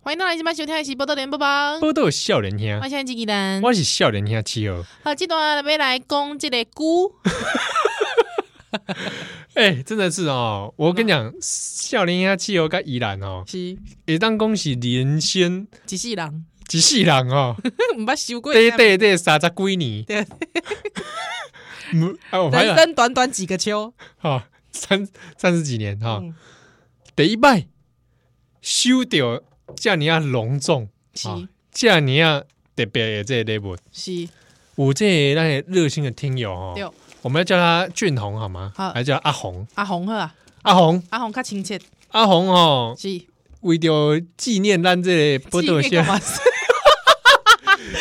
欢迎大家今晚收听的是《波多连播 报》，波豆笑人听我，现在记蛋。我是笑人听 七哦。好，这段要来讲这个菇，哎、真的是哦，我跟你讲，笑人听七哦，跟宜兰哦，是一也当恭喜连仙世人， 一世人哦，唔捌修过。对对对，三十几年对。 嗯，啊，我发人现生短短几个秋，哦，三三十几年哈、嗯第一摆收到遮尼啊隆重，是啊遮尼啊特别的这个 level，是有这个那些热心的听友哦对，我们要叫他俊宏好吗？好还是叫阿红？阿红好啊，阿红，阿红较亲切，阿红哦，是为着纪念咱这个波多啊纪念笑，干嘛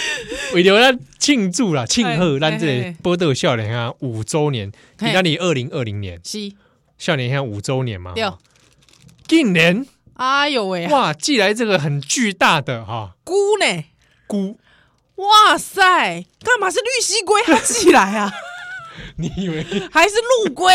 为着咱庆祝啦，庆贺咱嘿这嘿个波多笑脸啊五周年，嘿你那里二零二零年是笑脸像五周年嘛？对哈竟然哎呦喂，哇，寄来这个很巨大的哈菇呢？菇， 哇塞，干嘛是绿蜥龟它起来 啊？你以为还是陆龟、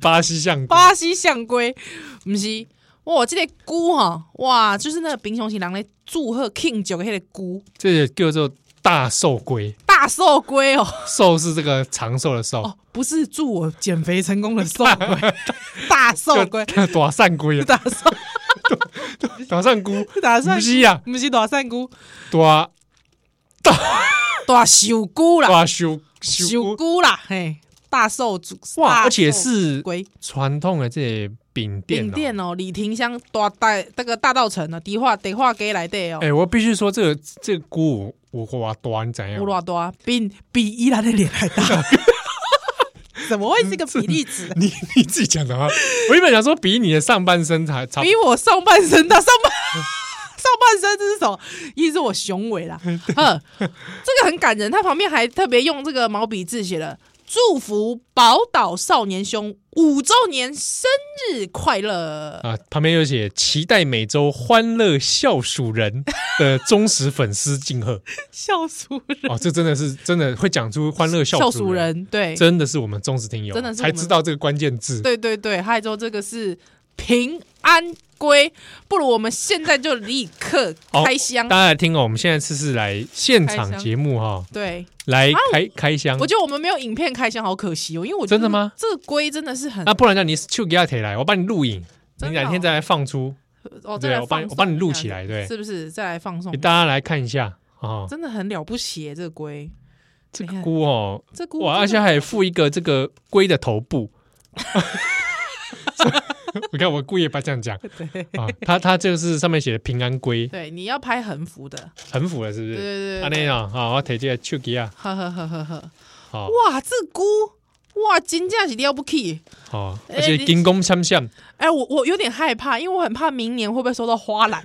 巴西象 龟？巴西象龟？不是，哇，这个菇哈，哇，就是那个贫穷型人咧祝贺 King 九的那个菇，这个叫做大寿龟，大寿龟哦，寿是这个长寿的寿，哦，不是祝我减肥成功的寿 龟，大寿龟，叫大扇龟 啊，大寿大扇龟，大不寿，是啊，不是大扇菇，大大寿菇啦，大修寿修龟，菇啦，嘿，大寿猪，哇，大而且寿是龟。传统的这个饼店饼哦。店哦，李廷香大大那个大道城啊，迪化迪化街来的哦哎、，我必须说这个这个菇我我大，你怎样有？偌大，比比伊兰的脸还大，怎么会是个比例尺？ 你你自己讲的啊！我原本想说比你的上半身才差不比我上半身大，上半 上半身这是什么？意思是我雄伟 啦。呵，这个很感人，他旁边还特别用这个毛笔字写了。祝福宝岛少年兄五周年生日快乐！啊，旁边有写期待每周欢乐笑鼠人的忠实粉丝敬贺笑死人，哦，这真的是真的会讲出欢乐笑笑鼠鼠人，人，对，真的是我们忠实听友，真的是我才们知道这个关键字。对对对，还有之后这个是平安归，不如我们现在就立刻哦开箱。大家来听哦，我们现在是是来现开场箱节目哈、对，来啊开开箱我。觉得我们没有影片开箱，好可惜哦，因为我觉得真的吗这个龟真的是很那不然让你去给他铁来，我帮你录影，你真的哪天哦再来放出，哦，再对啊来我帮你放我帮你送录一下起来对是不是？再来放送给，大家来看一下哦。真的很了不起耶，这个龟，这你个看菇哦，这龟哇，真而的且还附一个这个龟的头部。 我看我故意把这样 讲啊，他他这个是上面写的平安龟，对，你要拍横幅的，很符了，是不对是？对阿对内对，啊，好，我提这个手机啊，呵呵呵呵呵，好哇，这龟哇，真正是了不起。好，哎哦而且你金光闪闪，哎、我我有点害怕，因为我很怕明年会不会收到花篮，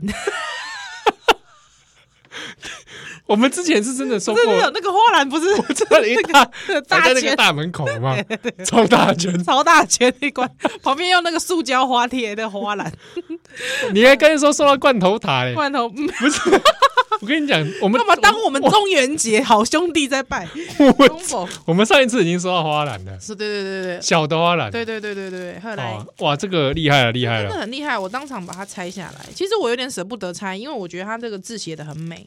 我们之前是真的收 真的有过，那个花篮不是 这里大哦大摆在那个圈大门口嘛， 超大圈，超大圈那关，旁边用那个塑胶花贴的花篮你还跟说送到罐头塔嘞？罐头，嗯不是， 我跟你讲，我们干嘛当我们中元节好兄弟在拜？我中否？我们上一次已经收到花篮了，是，对对对小的花篮，对对对对对对对，后来哦，哇，这个厉害了，厉害真的了，很厉害，我当场把它拆下来。其实我有点舍不得拆，因为我觉得它这个字写的很美。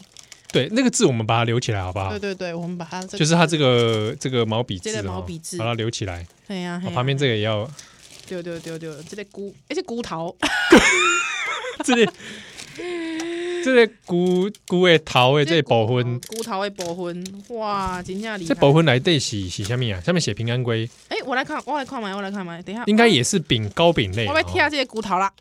对，那个字我们把它留起来好不好对？对对，我们把它这个就是它这个这个毛笔字这哦，个毛笔字把它留起来。对啊呀，嘿哦呀旁边这个也要， 丢丢丢丢，这个菇，而且菇桃，哎这里这个菇菇的头的这个部这分个，菇桃会保婚，哇，真正厉这害！部分来对是是什么啊？上面写平安龟，哎，我来看，我来看嘛，我来看嘛，等一下应该也是饼糕饼类。我要哦听这个骨头啦！啊！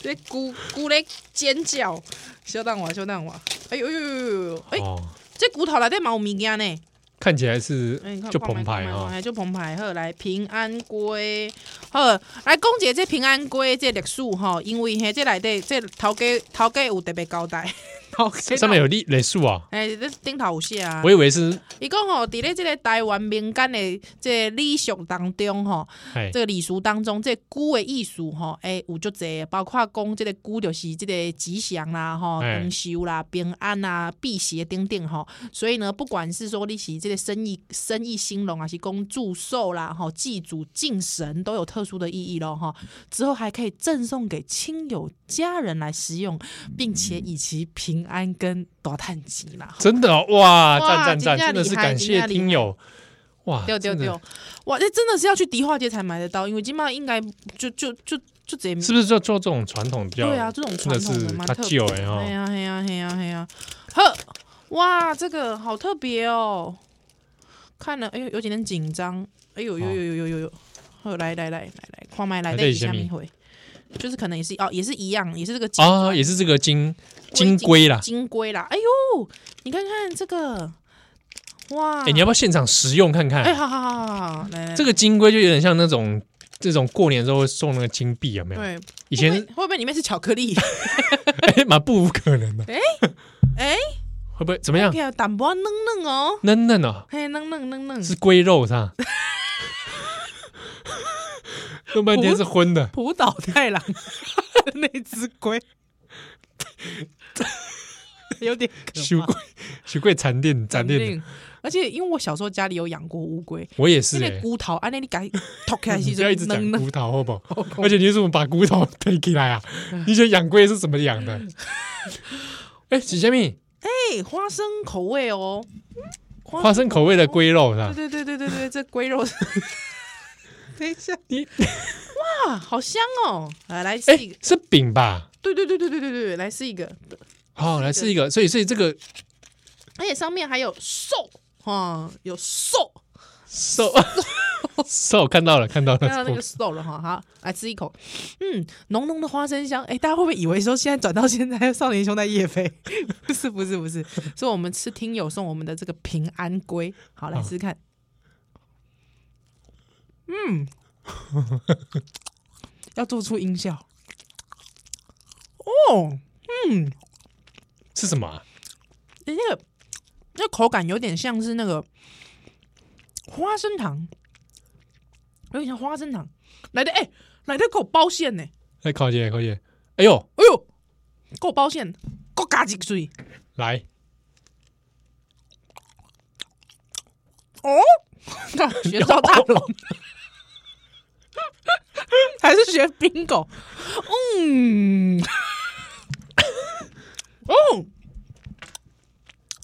这骨骨咧尖叫，小等我，小等我。哎呦呦呦呦呦！哎，哦，这骨头内底嘛有物件呢？看起来是哎，你看就澎湃啊，哎，就澎湃。好，来平安龟，好，来讲一下这平安龟这历史吼，因为嘿，这内底这头家头家有特别交代， 头家上面有历累数啊，哎，这顶头有写啊我。以为是伊讲吼，伫咧即个台湾民间的这个礼俗当中吼，哎这个礼俗当中，这鼓的艺术吼，哎，有足侪，包括讲即个鼓就是即个吉祥啦、吼、哎长寿啦、平安啦、辟邪等等吼。所以呢，不管是说你是即个生意、生意兴隆，还是讲祝寿啦、吼祭祖敬神，都有特殊的意义咯吼。之后还可以赠送给亲友家人来食用，并且嗯以其平安跟大探吉啦。吼真的哦哇，哇赞赞赞，真的真的是感厉谢害听友哇，对对真的对，哇，这真的是要去迪化街才买得到，因为今嘛应该就就就就这，是不是就做这种传统比较？对啊，，这种真的传统是蛮它特别旧的。哎哎哈，呀哎呀哎呀哎呀，呵，哇，这个好特别哦，看了哎呦有点点紧张，哎呦呦呦呦呦呦呦，呵，来来来来来，快麦来哦在来这下里面什会，就是可能也是哦，也是一样，也是这个金啊，也是这个金金龟啦，金龟啦，哎呦，你看看这个，哇，哎，你要不要现场食用看啊哎看？好好好好好，来来来这个金龟就有点像那种这种过年的时候会送那个金币，有没有？对，以以前会不会里面是巧克力？ 哎，蛮不无可能的，哎，会不会怎么样？看淡薄嫩嫩哦，嫩嫩啊，嘿，嫩嫩嫩嫩，是龟肉是 吧？弄半天是荤 的，浦岛太 郎那只龟， 有点可修怕贵修贵残店残店，肯定而且因为我小时候家里有养过乌龟，我也是那哎个，骨头啊，那你改脱开 你是不要一直讲嫩嫩骨头好不好？ 好恐而且你怎么把骨头推起来啊？你觉得养龟是怎么 养的？哎，几虾米哎，花生口味哦，花生口味的龟肉味，是吧？对对对对对对，这龟肉是。 等一下，你 哇，好香哦！来来吃哎一个，是饼吧？对对对对对对对，来吃一个，好，来吃一个。所以所以 这个而且上面还有瘦啊，有瘦，瘦瘦看到了看到了，哦看到那个瘦了哈，好，来吃一口，嗯，浓浓的花生香，哎，大家会不会以为说现在转到现在少年兄在夜飞？ 不是不是不是，是我们吃听友送我们的这个平安龟，好，来试试看，嗯， 要做出音效，哦，嗯，是什么啊？诶那个那口感有点像是那个花生糖，有点像花生糖来的，哎、来的够包馅呢、来考姐考姐，哎呦哎呦，够包馅，够嘎几 水来，哦，学赵大龙。 还是学冰狗，嗯，哦，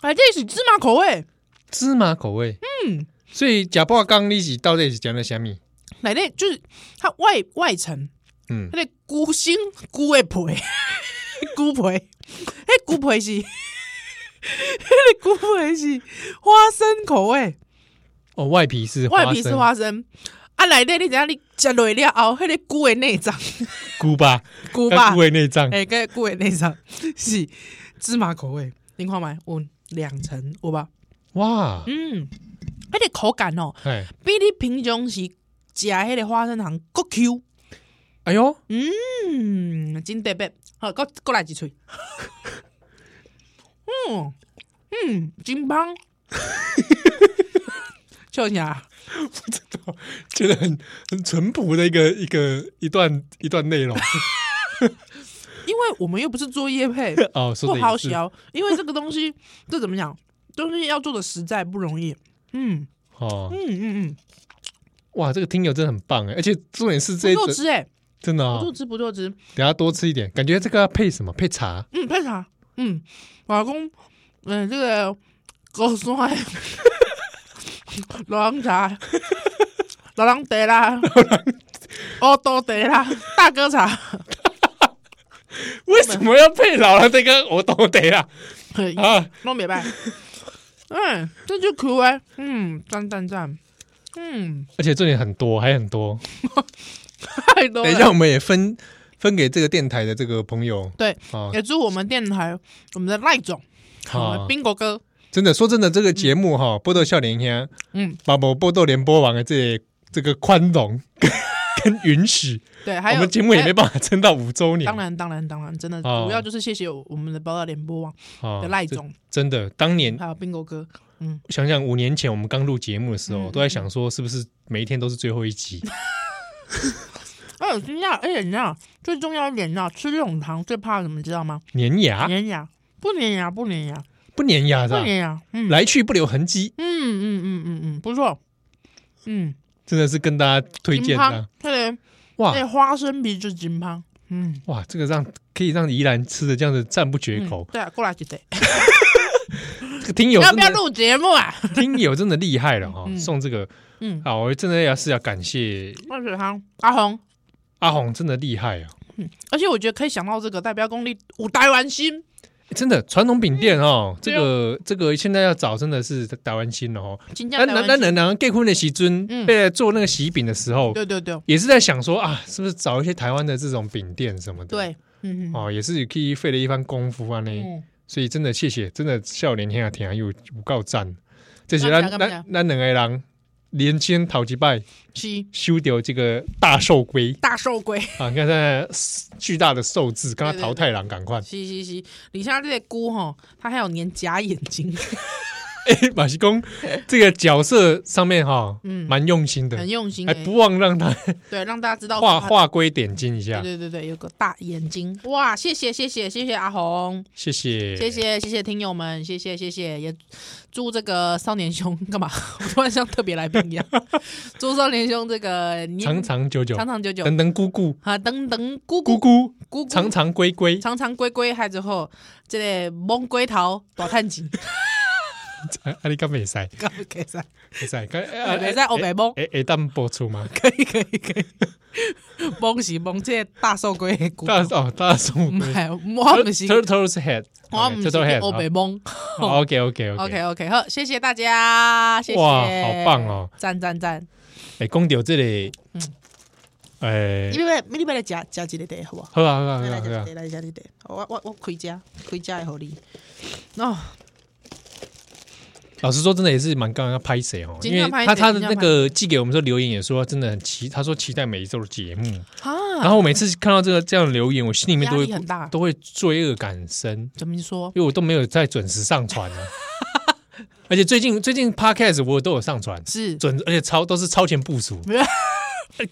哎，这是芝麻口味，芝麻口味，嗯，所以假爆刚一起到这里是讲的虾米？奶奶就是它外外层嗯，迄个菇心菇的皮， 菇皮，迄菇皮是， 迄个菇皮是花生口味，哦，外皮是花外生皮是花生。啊，内底你知影你食落了后，迄、个菇的内 脏，菇吧，呃菇吧菇，的内脏，哎、个菇的内脏是芝麻口味。你看麦，有两层有吧？哇，嗯，迄、个口感哦，哎，比你平常时食迄个花生糖够 Q。哎呦，嗯，真特别，好，过过来一喙。 嗯嗯，真棒。 笑啊啥？ 觉得很很淳朴的一个一个一段一段内容因为我们又不是做业配， 哦，说不的好也是，笑。因为这个东西，这怎么讲？东西要做的实在不容易。嗯哦，嗯嗯嗯，哇，这个听友真的很棒哎，而且重点是这不一做整汁哎，真的不啊做，汁不做汁。等下多吃一点，感觉这个要配什么？配茶，嗯，配啥？嗯，我老公，嗯、这个高酸，老人茶，老人茶啦，哦，多茶啦，大哥茶，为什么要配老了这个我都得啦嘿啊，弄明白。嗯，这就可爱，嗯，赞赞赞，嗯， 而且重点很多，还很多。太多等一下，了。我们也分分给这个电台的这个朋友对，啊，也祝我们电台我们的赖总，我们好，冰狗哥，真的说真的，这个节目哈，波豆笑脸兄嗯，把我波豆联播网的这这个宽容 跟允许，对，还我有们节目也还没有办法撑到五周年。当然当然当然，真的哦主要就是谢谢我们的宝岛联播网啊的赖这总，真的，当年还有 bingo 哥，嗯，想想五年前我们刚录节目的时候，嗯都在想说是不是每一天都是最后一集，哎，我知道，而且你知道最重要一点，你知道吃这种糖最怕什么，你知道吗？粘牙粘牙，不粘牙，不粘牙，不粘牙不啊的啊，粘牙，嗯，来去不留痕迹，嗯嗯嗯嗯嗯，不错，嗯，真的是跟大家推金荐汤的。，啊对，哇那花生皮就是金汤，嗯，哇，这个让可以让宜兰吃的这样子赞不绝嗯口，对啊，过来几对，这个听友要真不要的录节目啊？听友真的厉 害了哈，嗯送这个嗯，啊，我真的要是要感谢二水汤，阿红，阿红，真的厉害啊！而且我觉得可以想到这个代表功力，五台湾心，真的，传统饼店哦，这对啊个这个现在要找真的是打完心了哦。金那江台那湾那心，人呢，结婚的时尊嗯被做那个喜饼的时候，对对对也是在想说啊，是不是找一些台湾的这种饼店什么的？，对，嗯嗯哦，也是可以费了一番功夫啊呢。嗯，所以真的谢谢，真的笑脸天下天下又啊有够赞。这是感咱谢感谢咱咱两个人连签头一拜七修掉这个大寿龟 大寿龟。 啊！你看这巨大的寿字，刚刚对对淘汰狼赶快。是是是，而且这个菇吼，它还有粘假眼 睛，哎， 马西公这个角色上面哈，嗯蛮用心的很，用心、还欸不，忘让他对，让大家知道画它。画龟点睛一下。对对对对，有个大眼睛，哇！谢谢谢谢谢谢阿红，谢谢，谢。谢谢谢听友们，谢谢谢谢，也祝这个少年兄干嘛？ 我突然像特别来宾 一样，祝少年兄这个年长长久久，长长久久等等姑姑啊，等等姑姑姑姑，姑姑长长龟 龟，长长龟龟，还之后这个蒙龟头大探 钱，啊啊，你敢袂使？可不可以？可袂使，敢以在欧北蒙。诶诶，呃当播出吗？可以可以可以，蒙是蒙这个大寿龟的骨头呃大，哦，大宋唔 龟系，我唔是， Turtle's Head，我唔是 Turtle 去 Head，哦欧北蒙。 OK OK OK OK， OK，好，谢谢大家，谢谢，哇好棒哦，赞赞赞！诶，讲到这里，嗯诶你，要你要来加加一个地好不好？好啊好啊好来啊加好啊一个，来加一个，我我我开加开加会给你。哦，老实说，真的也是蛮刚刚拍谁哦，真因的为拍他谁他的真的那拍个寄给我们说留言也说真的很期，他说期待每一周的节目，然啊，后我每次看到这个这样的留言，我心里面压都力会很大，都会罪恶感深，怎么说？因为我都没有在准时上传啊，而且最近最近 podcast 我都有上传，是准而且超都是超前部署，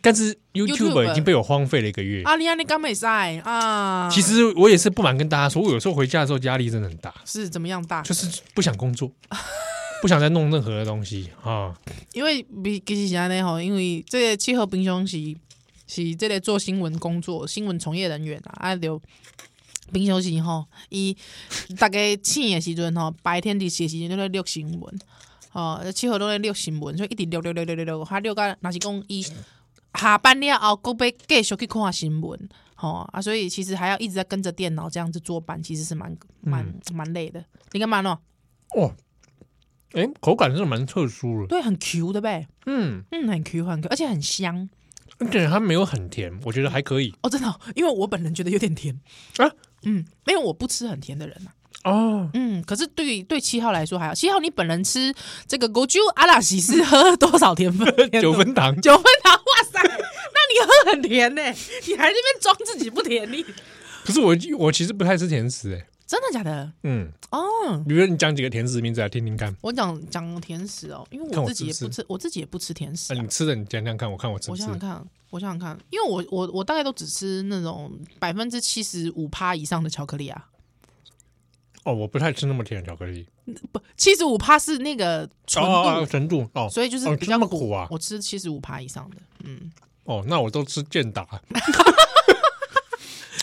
但是 YouTube 已经被我荒废了一个月。阿丽啊安，你刚没在啊？其实我也是不瞒跟大家说，我有时候回家的时候压力真的很大，是怎么样大？就是不想工作，不想再弄任何的东西啊。因为比其实是安尼吼，因为这个气候平常是是这个做新闻工作、新闻从业人员啊，啊就平常时吼，伊大概醒的时阵吼，白天伫写时阵都在录新闻，哦，气候都在录新闻，所以一直录录录录录录，他录到若是讲伊下班了后，搁要继续去看新闻，吼、啊，所以其实还要一直在跟着电脑这样子做班，其实是蛮蛮蛮累的。你干嘛呢？哦，哎，口感真的蛮特殊的，对，很 Q 的呗，嗯，嗯，很 Q 很 Q，而且很香。而且它没有很甜，我觉得还可以哦，真的哦、因为我本人觉得有点甜，啊。嗯，因为我不吃很甜的人啊，哦，嗯，可是对于对七号来说还好，七号你本人吃这个果酒阿拉西是喝多少甜 分？九分糖九分糖，哇塞，那你喝很甜呢、你还在那边装自己不甜你可是我我其实不太吃甜食哎、 真的假的？嗯，哦，比如说你讲几个甜食名字来听听看，我讲讲甜食哦，因为看我我自己也吃不不吃，我自己也不吃甜食啊，啊、你吃的你讲讲看，我看我吃我不吃想。想看，我想想看，因为我我我大概都只吃那种百分之七十五趴以上的巧克力啊。哦，我不太吃那么甜的巧克力，不，七十五趴是那个纯度，哦哦纯度哦，所以就是哦比吃较那么苦啊，我吃七十五趴以上的，嗯，哦，那我都吃健 达。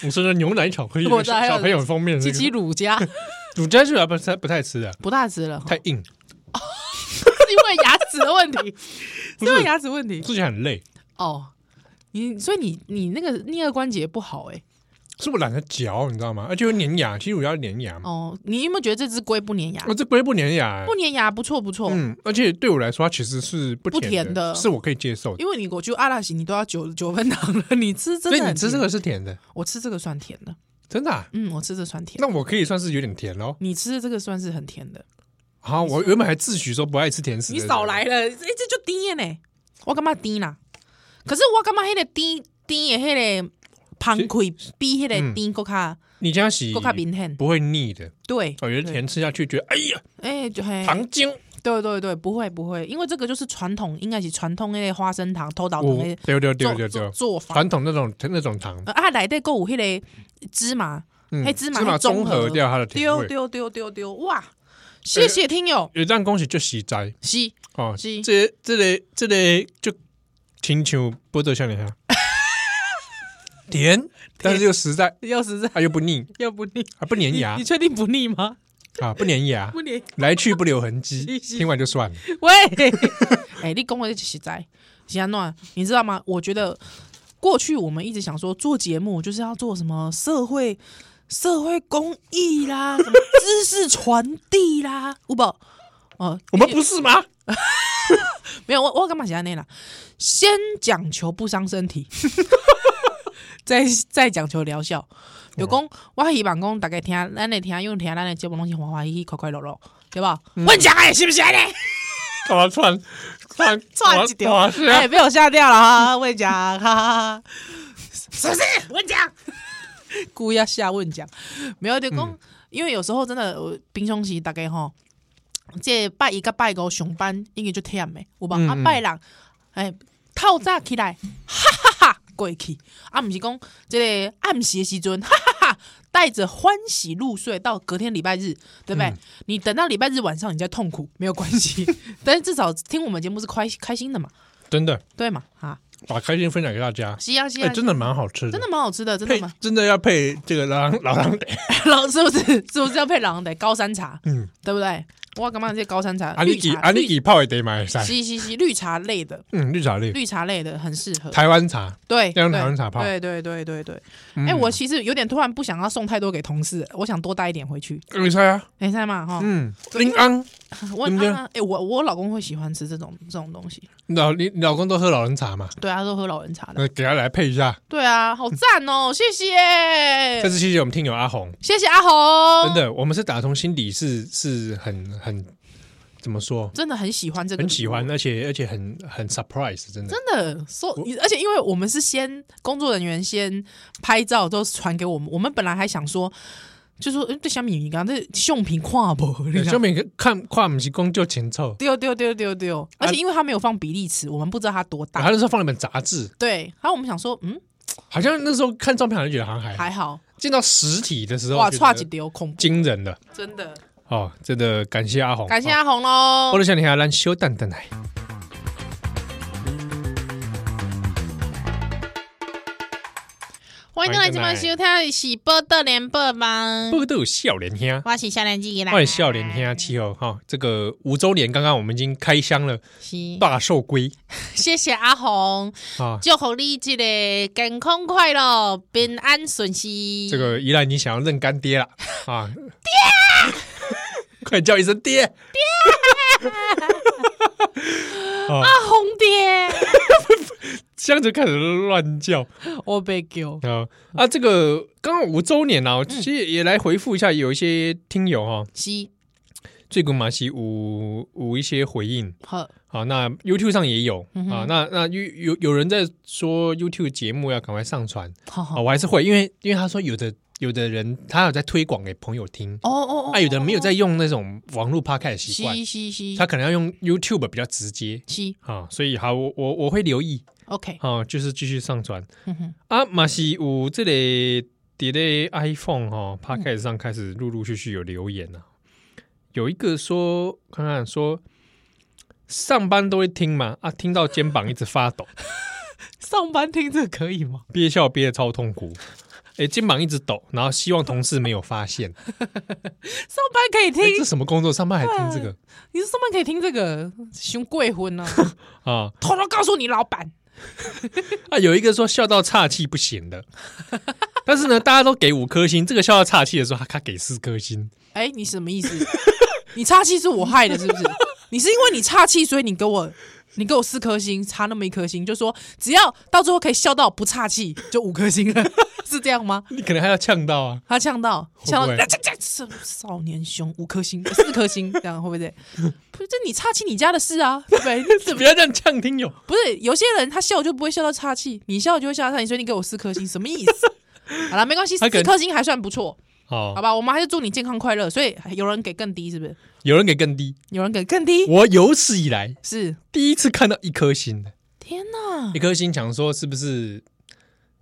我吃的牛奶巧克力，我知道还有小朋友方面的七那七个乳加乳加是不太不太吃的，啊不大吃了， 太硬，是因为牙齿的问题，是不因为是牙齿问题吃起来很累，哦。你所以你你那个颞颌关节不好哎、是我懒得嚼，你知道吗？而且会粘牙，其实我要粘牙嘛，哦，你有没有觉得这只龟不粘牙我？这龟不粘牙，不粘牙不错不错，嗯，而且对我来说，它其实是不不甜甜的是我可以接受的。因为你我就阿拉西你都要九九分糖了，你吃真所以的你很吃甜这个是甜的，我吃这个算甜的，真的啊？嗯，我吃这算甜，那我可以算是有点甜喽。你吃的这个算是很甜的，好，我原本还自诩说不爱吃甜食，你少来。了，哎、这就低呢、我干嘛低啦？可是我感觉迄个甜甜的迄个芳溃比迄个嗯甜更较你家洗更较明显。不会腻的，对，哦，有的甜吃下去觉得哎呀哎，就嘿，糖精，对对对，不会不会，因为这个就是传统，应该是传统迄个花生糖、偷岛糖哦的对对对做对对做，做法。传统那种那种糖，呃啊，内底购有迄个芝麻，嗯黑芝麻综综合合掉它的甜丢味，丢丢丢丢，哇！谢谢听友，有这样恭喜就喜斋是哦，是这个这个这个就请求波多笑脸哈，甜，但是又实在，又实在它又不腻，又不腻，啊不粘你牙你确定不腻吗？啊不粘牙，不腻，来去不留痕迹，是是听完就算了。 喂， 哎、你讲的实在，是安怎？你知道吗？我觉得过去我们一直想说做节目就是要做什么社会社会公益啦，什么知识传递啦，有无？哦、我们不是吗？没有，我我干嘛写那啦？先讲求不伤身体， 再再讲求疗效。有讲，我希望讲大家听，咱的听用听咱的节目拢是欢欢喜喜、快快乐乐，对吧？混讲哎，是不是安尼？干嘛串 串串一条，是哎，被我吓掉了哈！问讲，哈哈哈，是不是？问讲，故意要吓问讲，没有就讲，嗯因为有时候真的，我平常时大概吼，这拜一个拜五上班，因为就忝的，有无？嗯啊嗯拜六，哎，透早起来，哈哈哈，过去啊，毋是讲这个暗时的时阵，哈哈哈。带着欢喜入睡到隔天礼拜日，对不嗯对？你等到礼拜日晚上你再痛苦没有关 系，但是至少听我们节目是开开心的嘛。真的对嘛？啊，把开心分享给大家。西啊西哎，啊，真的蛮好吃的，真的蛮好吃的，真的配吗？真的要配这个老 老狼得老是不是是不是要配狼的高山茶？哎嗯嗯，对不对？我干嘛这高山茶？啊，绿你几茶，啊你绿几泡也得买噻，西西西绿茶类的，嗯，绿茶类，绿茶类的很适合。台湾茶，对，要用对台湾茶泡对对对对对。嗯哎，我其实有点突然不想要送太多给同事，我想多带一点回去。绿茶啊，你猜嘛？哈，嗯，林安，我你们家啊哎，我我老公会喜欢吃这种这种东西，老你你老公都喝老人茶嘛，对啊，他都喝老人茶的。那给他来配一下。对啊，好赞哦，谢再谢，次谢谢我们听友阿红，谢谢阿红，真的，我们是打从心底是是很很怎么说，真的很喜欢这个，很喜欢，而且而且很很 surprise，真的，真的说，而且因为我们是先工作人员先拍照，都传给我们。我们本来还想说，就说诶对小米，你刚这相片跨不？你知道就每个看跨不是光就前臭，丢丢丢丢丢！而啊且因为他没有放比例尺，我们不知道他多然大。后那时候放了一本杂志，对，然后我们想说，嗯，好像那时候看照片好像觉得好像还好还好，见到实体的时候，哇，觉得差几丢，恐怖，惊人了真的，哦！真的感谢阿红，哦感谢阿红嗯喽我。都想你还咱小蛋蛋来。欢迎来今晚收听的是《波特联播网》，不过都有笑脸兄，我是少年机啦，啊欢迎笑脸兄啊七号哈！这个五周年，刚刚我们已经开箱了是，大寿龟谢谢阿红。啊，祝福你这个健康快乐、平安顺心。这个依然你想要认干爹了啊！爹， 快叫一声爹！爹！啊，啊，红爹，这样就开始乱叫。我被救。啊啊！这个刚好五周年嗯啊啦，我其实也来回复一下有一些听友哈，是，最近嘛是有有一些回应好，啊，那 YouTube 上也有嗯哼啊，那那有有有人在说 YouTube 节目要赶快上传好啊，好。我还是会，因为因为他说有的有的人他有在推广给朋友听，哦哦哦，哦啊，有的人没有在用那种网络 Podcast 的习惯是，是是，他可能要用 YouTube 比较直接是啊，所以好，我我我会留意 OK。啊，就是继续上传。哼哼啊，嘛是有这个伫咧 iPhone 哈、哦、Podcast 上开始陆陆续续有留言啊。有一个说，看看说，上班都会听嘛，啊，听到肩膀一直发抖， 上班听这个可以吗？憋笑憋得超痛苦，诶，肩膀一直抖，然后希望同事没有发现。上班可以听诶，这什么工作？上班还听这个你是上班可以听这个，熊贵婚啊！ 啊？偷偷告诉你老板，啊，有一个说笑到岔气不行的， 但是呢，大家都给五颗星，这个笑到岔气的时候，他他给四颗星。哎，你什么意思？ 你岔气是我害的，是不是？你是因为你岔气，所以你给我，你给我四颗星，差那么一颗星，就说只要到最后可以笑到不岔气，就五颗星了，是 是这样吗？你可能还要呛到啊， 他呛到，会不呛会到，这这这少年凶，五颗星，呃四颗星， 这样会不会对？不是，这你岔气你家的事啊，对不对？你怎么 不要这样呛听友。不是有些人他笑就不会笑到岔气，你笑就会笑到岔气，所以你给我四颗星，什么意思？ 好了，没关系，他四可能颗星还算不错，好好，吧？我们还是祝你健康快乐。所以有人给更低，是不是？有人给更低，有人给更低，我有史以来是第一次看到一颗星的，天哪一，颗星想说是不是？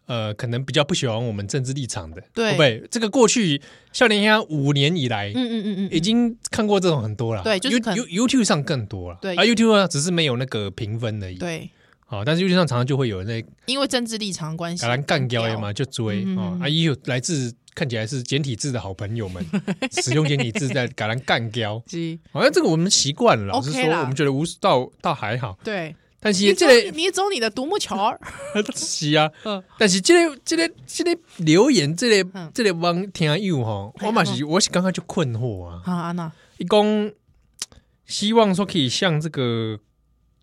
呃，可能比较不喜欢我们政治立场的，对会不对？这个过去笑脸鸭五年以来，嗯嗯嗯嗯已嗯，经看过这种很多了，对就是 You 可能 You YouTube 上更多了，对啊 YouTube 上只是没有那个评分而已，，对，好，但是 YouTube 上常常就会有人在因为政治立场关系把，咱干掉的嘛，就追嗯哦啊，也有来自看起来是简体字的好朋 友们使用简体字在把咱干掉，是好像这个我们习惯了，老实 OK 说，啦我们觉得无倒倒还好，对，但是你走这个你走你的独木桥 儿，是啊嗯，但是这个这个这个留言，这个嗯这个网听友吼，哎我嘛是我是刚刚就困惑啊，啊安娜，一共希望说可以向这个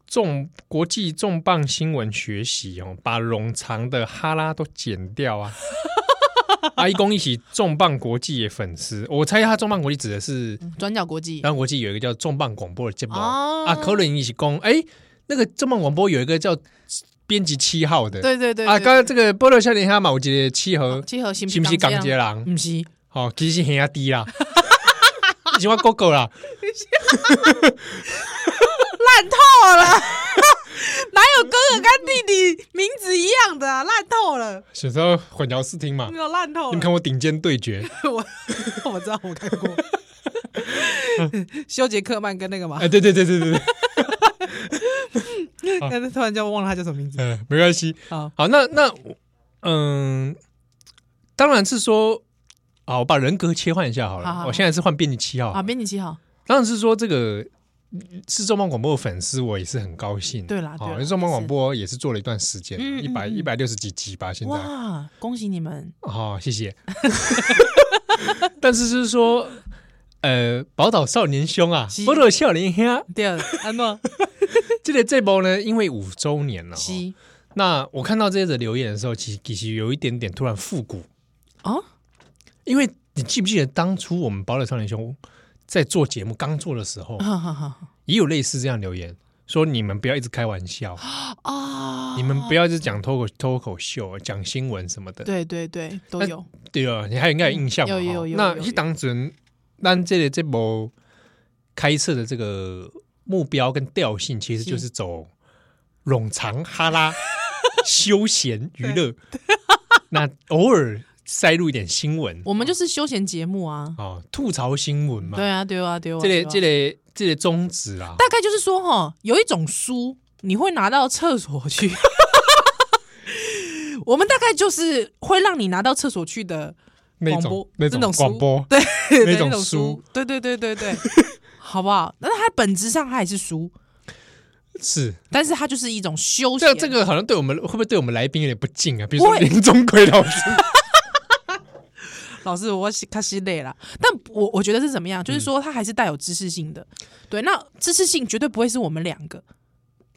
重国际重磅新闻学习哦，把冗长的哈拉都剪掉啊！ 阿一公一起重磅国际的粉丝，我猜他重磅国际指的是转角国际当然国际有一个叫重磅广播的节目啊，嗯哦啊可能一起公哎，那个重磅广播有一个叫编辑七号的对对对啊，对哦刚刚这个波罗夏莲哈嘛，我觉得七号对七和新是不是港街郎？不是，哦，其实是兄弟啦， 你喜欢狗狗啦，烂透了，哪有哥哥跟弟弟 名字一样的啊？烂透了，小时候混淆视听嘛没，有烂透你们了。看过《顶尖对决》我我知道，我看过。修杰克曼跟那个嘛哎，，对对对对对对， 但是突然就忘了他叫什么名字。 嗯，没关系。好，好，那那嗯，当然是说，好，我把人格切换一下好好好了。好啊我现在是换编辑七号好，，编辑七号，当然是说这个嗯是重磅广播的粉丝，我也是很高兴。对啦对啦哦，因为重磅广播也是做了一段时间，嗯嗯一百嗯一百六十几集吧，现在。哇，恭喜你们！哦，谢 谢。但是就是说，呃，宝岛少年兄啊是，宝岛少年兄。第二，安诺这个这波呢，因为五周年了、哦，西那我看到这些的留言的时候，其实其实有一点点突然复古，哦，因为你记不记得当初我们《宝岛少年兄》在做节目刚做的时候，哈哈哈也有类似这样留言，说你们不要一直开玩笑，啊！你们不要一直讲脱口脱口秀、讲新闻什么的，对对对都有，对啊，你还有应该有印象嗯嘛？有有哈有那有去当时，咱这个这波开设的这个目标跟调性，其实是就是走冗长 哈拉休闲娱乐，那偶尔塞入一点新闻，我们就是休闲节目啊。哦吐槽新闻嘛。对啊，对啊，对啊，这对类啊这类这类宗旨啊，大概就是说哈，有一种书你会拿到厕所去， 我们大概就是会让你拿到厕所去的那广播种那那种种书广播，对那种种书，对对对对 对，好不好？那它本质上它也是书，是但是它就是一种休这闲。这个好像对我们会不会对我们来宾有点不敬啊？比如说不会林钟奎 老师，老师，我卡西累了，但我我觉得是怎么样？嗯就是说它还是带有知识性的，对，那知识性绝对不会是我们两个，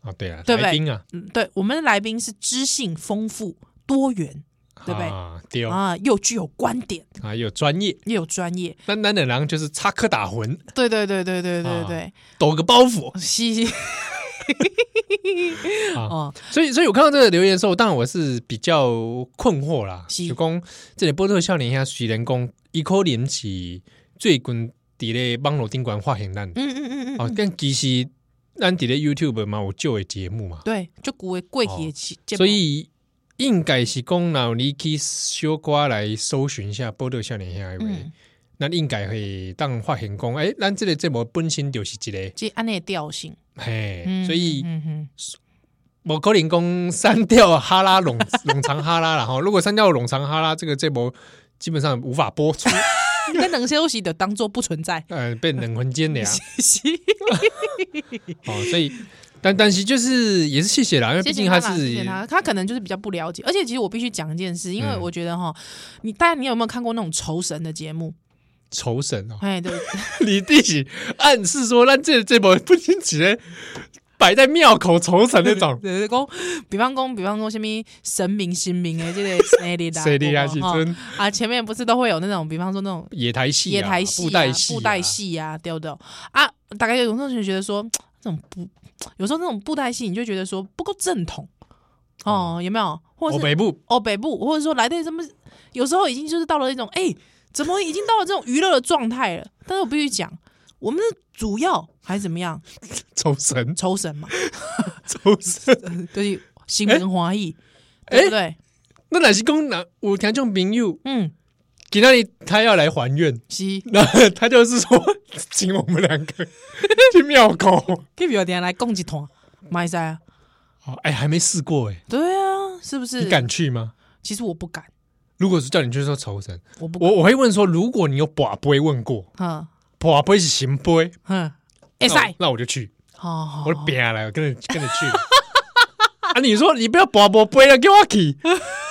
哦对啊，对不对来宾啊，嗯，对，我们的来宾是知性丰富、多元，对不对？啊，对哦啊，又具有观点，啊，有专业，又有专业，那男的人就是插科打诨，对对对对对对对，抖个包袱。嘻嘻， 啊哦，所以，所以我看到这个留言的时候，当然我是比较困惑啦。是就讲这里波特少年下徐仁公一可能是最近伫咧网络顶管发现咱的，嗯嗯嗯嗯哦嗯，，但其实咱伫咧 YouTube 嘛有旧的节目嘛，对，就古为贵体的节目，哦所以应该是讲，然后你去小瓜来搜寻一下波特少年下位嗯，，那应该会当发现讲，诶，咱这个节目本身就是一个即按那调性，嘿嗯，，所以。嗯嗯我可能讲删掉哈拉冗冗长哈拉然后如果删掉冗长哈拉这个这波基本上无法 播出，嗯，那能休息的当做不存在， 呃，被冷魂间了呀。嘻嘻，哦，所以但但是就是也是谢谢啦，因为毕谢竟谢他他啦是嗯谢谢他，他可能就是比较不了解，而且其实我必须讲一件事，因为我觉得哈，你大家你有没有看过那种酬神的节目？仇神哦， 哎，对，，你弟是暗示说让这这波不听起来摆在庙口愁城那种 就是讲，比方讲，比方说什么神明、神明的 这个神力啦，谁厉害是有没有真哈啊，前面不是都会有那种，比方说那种野台戏啊、野台戏、布啊袋、戏、布袋、戏啊，对不对？啊，大概有时候就觉得说，这种不，有时候那种布袋戏，你就觉得说不够正统哦，有没有？或者哦，是北部哦北部，或者说来的什么，有时候已经就是到了一种，哎、怎么已经到了这种娱乐的状态了？但是我必须讲，我们的主要还是怎么样，愁神抽神嘛，愁神。就是新闻华裔，哎对不对？那乃是公哪？我听众朋友，嗯，给那里他要来还愿， 是。然后他就是说，请我们两个 去庙口。给表弟来共一团，买噻啊！ 哦哎，还没试过哎，对啊，是不是？你敢去吗？其实我不敢，如果是叫你去说酬神，我不敢。我我会问说，如果你有把杯问过，哼把杯是行杯，哼，哎那我塞，那我就去，好好，我就变下来，我跟着跟着去。啊，你说你不要把杯杯了，给我去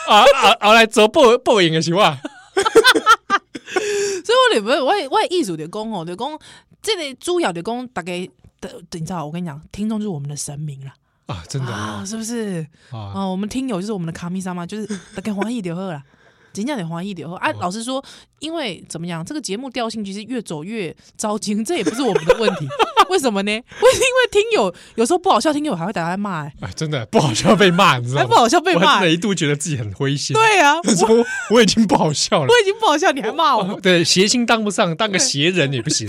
啊啊啊！来做报报应的是啊吧？所以我里边我的我的意思就讲吼，就讲这个主要就讲大概，等你知道，我跟你讲，听众就是我们的神明啦，啊，真的啊，啊是不是？啊，啊，我们听友就是我们的卡米莎嘛，就是大概欢喜就好啦。真正得欢喜就好啊！老实说，因为怎么样，这个节目调性其实越走越糟心，这也不是我们的问题。为什么呢？为因为听友有时候不好笑，听友还会打来骂、欸，哎，真的不好笑被骂，你知道还吗？哎不好笑被我还骂、真的一度觉得自己很灰心。对 啊，我我说我已经不好笑了，我已经不好笑，你还骂我，对，谐星当不上，当个邪人也不行，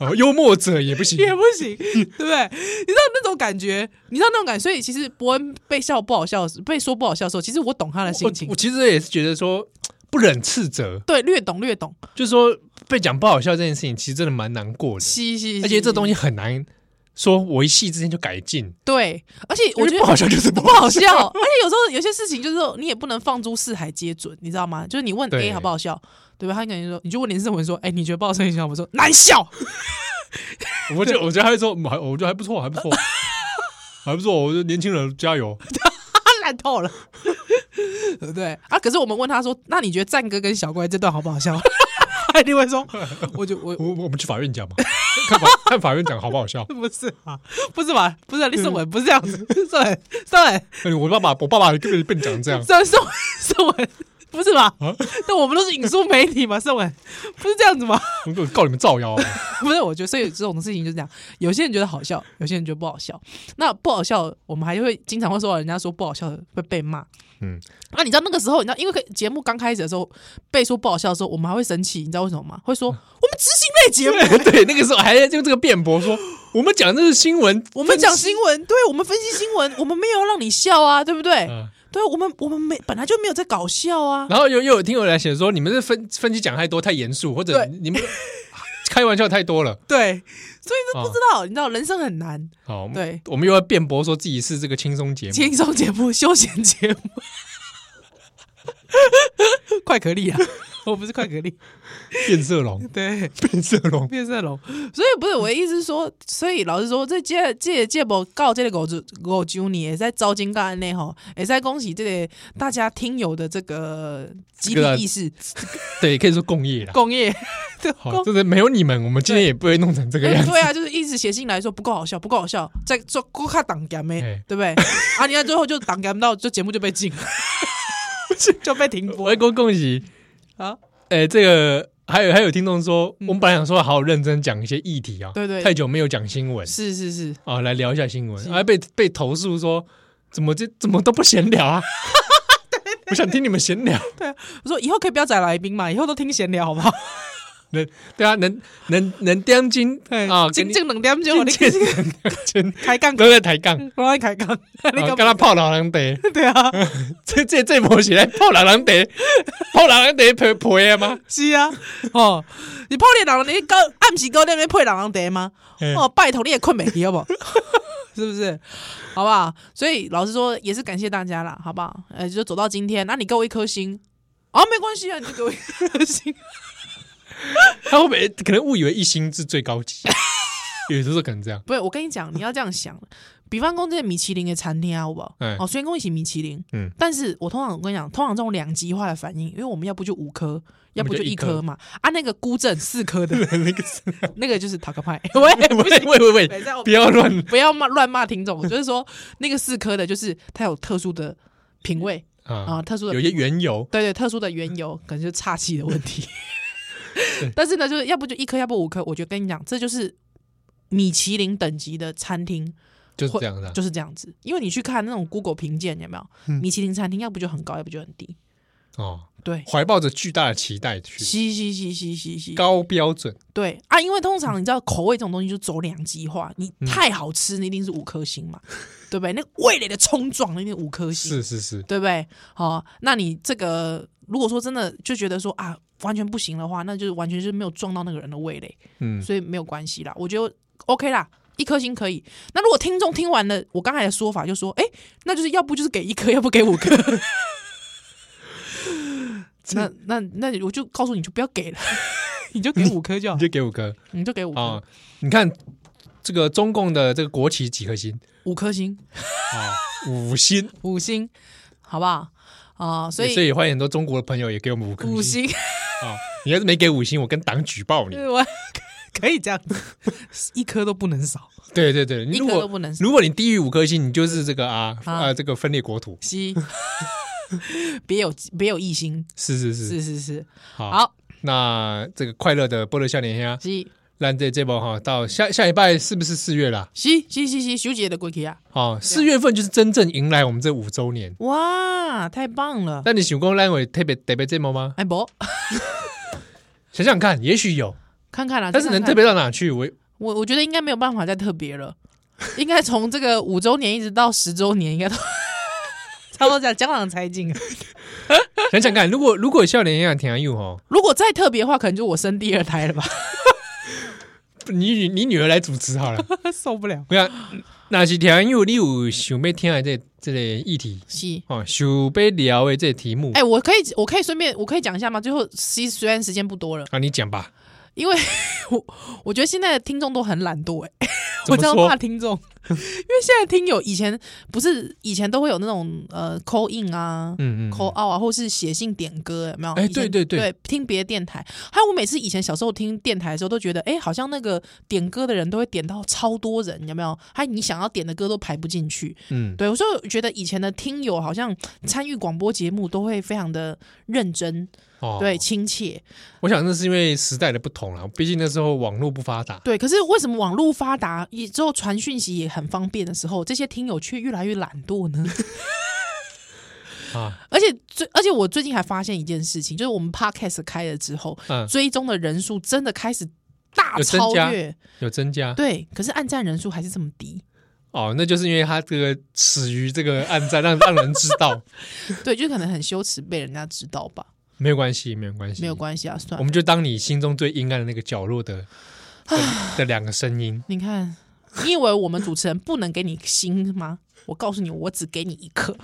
哦，幽默者也不行，也不行， 对不对？你知道那种感觉，你知道那种感觉，所以其实伯恩被笑不好笑，被说不好笑的时候，其实我懂他的心我情我，其实也是觉得说不忍斥责，对，略懂略懂，就是说被讲不好笑这件事情，其实真的蛮难过的，嘻嘻。而且这东西西很难说维系之间就改进，对，而且我因觉为得不好笑就是不不好好笑。笑，而且有时候有些事情就是说你也不能放诸四海皆准，你知道吗？就是你问对 A 好不好笑，对吧？他可能说，你就问林胜文说，哎，你觉得爆声笑？我说难笑，我就我觉得他会说，嗯还我觉得还不错，还不错， 还不错，我觉得年轻人加油。他 烂透了，对不对？啊，可是我们问他说，那你觉得战哥跟小乖这段好不好笑？ 他一定会说，我就我我我们去法院讲嘛， 看法看法院讲好不好笑？ 不是啊，不是吧？不是、啊、李胜文，不是这样子， 胜文，胜文，哎我爸爸我爸爸根本被你讲这 样，胜胜文，胜文，不是吧啊？但我们都是影书媒体嘛，胜文，不是这样子吗？ 我我告你们造谣啊。不是，我觉得所以这种事情就是这样，有些人觉得好笑，有些人觉得不好笑。那不好笑，我们还会经常会受到人家说不好笑的会被骂。嗯，那、你知道那个时候，你知道因为节目刚开始的时候被说不好笑的时候，我们还会生气，你知道为什么吗？会说我们执行类节目，嗯 对，那个时候还用这个辩驳说，我们讲这是新闻，我们讲分析新闻，对我们分析新闻，我们没有让你笑啊，对不对？嗯对我们我们没本来就没有在搞笑啊，然后又又有听友来写说，你们是分分析讲太多，太严肃，或者对你们开玩笑太多了。对，所以啊都不知道，你知道人生很难，好，对，我们又要辩驳说自己是这个轻松节目，轻松节目、休闲节目，快可力啊， 我不是快可力，变色龙，对，变色龙，变色龙，所以不是我的意思是说，所以老实说，这届这届目告这个五周五周年也在招金干案内吼，也在恭喜这个大家听友的这个集体这个意识、对，可以说共业啦。共业， 对，好，共就是没有你们，我们今天也不会弄成这个哎样 子。对啊，就是一直写信来说不够好笑，不够好笑，再做过卡挡 g 没哎，对不对？啊，你看最后就挡 g 到，就节目就被禁了，就被停播我要恭喜，啊！哎，这个还有还有听众说，我们本来想说好好认真讲一些议题啊，对对太久没有讲新闻是是是，啊，来聊一下新闻，是还被被投诉说怎么这怎么都不闲聊 啊。我想听你们闲聊，我说以后可以不要找来宾嘛，以后都听闲聊好 不好？能对啊，能能能当金啊，静跟你静两点哦钟，你金钱开杠， 都在抬杠， 我来开杠， 你干啊跟他嘛？泡老狼得， 对啊，这这这模型来泡老狼得， 泡老狼得陪陪啊 吗？是啊，哦，你泡脸人，你高暗时高那边配人人茶吗？哦，拜托你也困美题好不好？ 是不是？好不好？所以老实说，也是感谢大家啦，好不好？呃，就走到今天，那你给我一颗星，哦，没关系啊，你就给我一颗星， 他会 不会可能误以为一星是最高级？有的时候可能这样，不是，我跟你讲，你要这样想，比方讲这些米其林的餐厅啊，好不好？哎哦，虽然讲是米其林，嗯，但是我通常我跟你讲，通常这种两极化的反应，因为我们要不就五颗，要不就就一一颗，颗嘛。啊，那个孤证四颗的那个是 那个就是塔克派。 喂 喂喂喂等一喂，下我不要乱不要骂乱骂听众，就是说那个四颗的，就是它有特殊的品味啊啊，！特殊的有一些缘由，对对，特殊的缘由，可能就是岔气的问 题。但是呢，就是要不就一颗，要不五颗。我觉得跟你讲，这就是米其林等级的餐厅就是会这样的啊。就是这样子。因为你去看那种 Google 评鉴，有没有嗯米其林餐厅，要不就很高，要不就很低。哦，对，怀抱着巨大的期待去嘻嘻嘻嘻嘻嘻，高标准，对啊，因为通常你知道口味这种东西就走两极化，你嗯太好吃，你一定是五颗星嘛，对不对？那个味蕾的冲撞，那一定五颗星。是是是，对不对？好、那你这个如果说真的就觉得说啊，完全不行的话，那就是完全就是没有撞到那个人的味蕾，嗯，所以没有关系啦，我觉得 OK 啦。一颗星可以。那如果听众听完了我刚才的说法，就说：“哎，那就是要不就是给一颗，要不给五颗。 那”那那我就告诉你，就不要给了，你就给五颗就好你，就给五颗你就给哦五颗，啊！你看这个中共的这个国旗几颗星五颗星，啊？五星，五星，好不好？啊、所所以以欢迎很多中国的朋友也给我们五颗五星啊！你要是没给五星，我跟党举报 你。对，我 可以这样子， 一颗都不能少，对对对，你一如颗都果不能少。如果你低于五颗星，你就是这个啊啊啊这个分裂国土。吸， 别有别有异心，是是是，是是是，好，好那这个快乐的波乐笑脸呀，吸让这这波哈到下下礼拜是不是四月啦？吸吸吸吸，修姐的过去啊，哦，四月份就是真正迎来我们这五周年。哇，太棒了！那你想过让我特别特别这么吗？哎不，想想看，也许有，看看啦，但是再看能啊看特，别到哪去？我我我觉得应该没有办法再特别了， 应该从这个五周年一直到十周年，应该都 差不多这样，江郎才尽。啊想想看，如果如果笑脸一样挺有哦，如果再特别的话，可能就我生第二胎了吧， 你女你女儿来主持好了。 受不了。我想，那是听有你有想要听的这这类议题吸。哦，想要聊的这题目哎、，我可以，我可以顺便，我可以讲一下吗？最后，其实虽然时间不多了，啊，你讲吧。因为我我觉得现在的听众都很懒惰、欸， 怎我么这样说怕听众， 因为现在听友以前不是以前都会有那种呃 call in 啊。嗯嗯， call out 啊，或是写信点歌，有没有？哎以前对对对对，听别的电台。还有我每次以前小时候听电台的时候，都觉得，哎、好像那个点歌的人都会点到超多人，有没有？还有你想要点的歌都排不进去。嗯，对，我就觉得以前的听友好像参与广播节目都会非常的认真，哦对，，亲切。我想那是因为时代的不同了，毕竟那时候网络不发达。对，可是为什么网络发达也之后传讯息也很方便的时候，这些听友却越来越懒惰呢？ 啊，而且最，而且我最近还发现一件事情，就是我们 podcast 开了之后，嗯，追踪的人数真的开始大有增超加越，有增加对，可是按赞人数还是这么低，哦，那就是因为他这个始于这个暗战，让让人知道，对，就可能很羞耻被人家知道吧，没有关系，没有关系，没有关系啊，算我了，们就当你心中最阴暗的那个角落的的的两个声音，你看，你以为我们主持人不能给你心吗？我告诉你，我只给你一刻，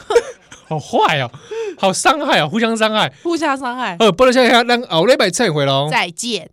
好坏哦，好伤害哦，互相伤害。互相伤害，哦呃，波多笑脸让奥利百撤回喽。再见。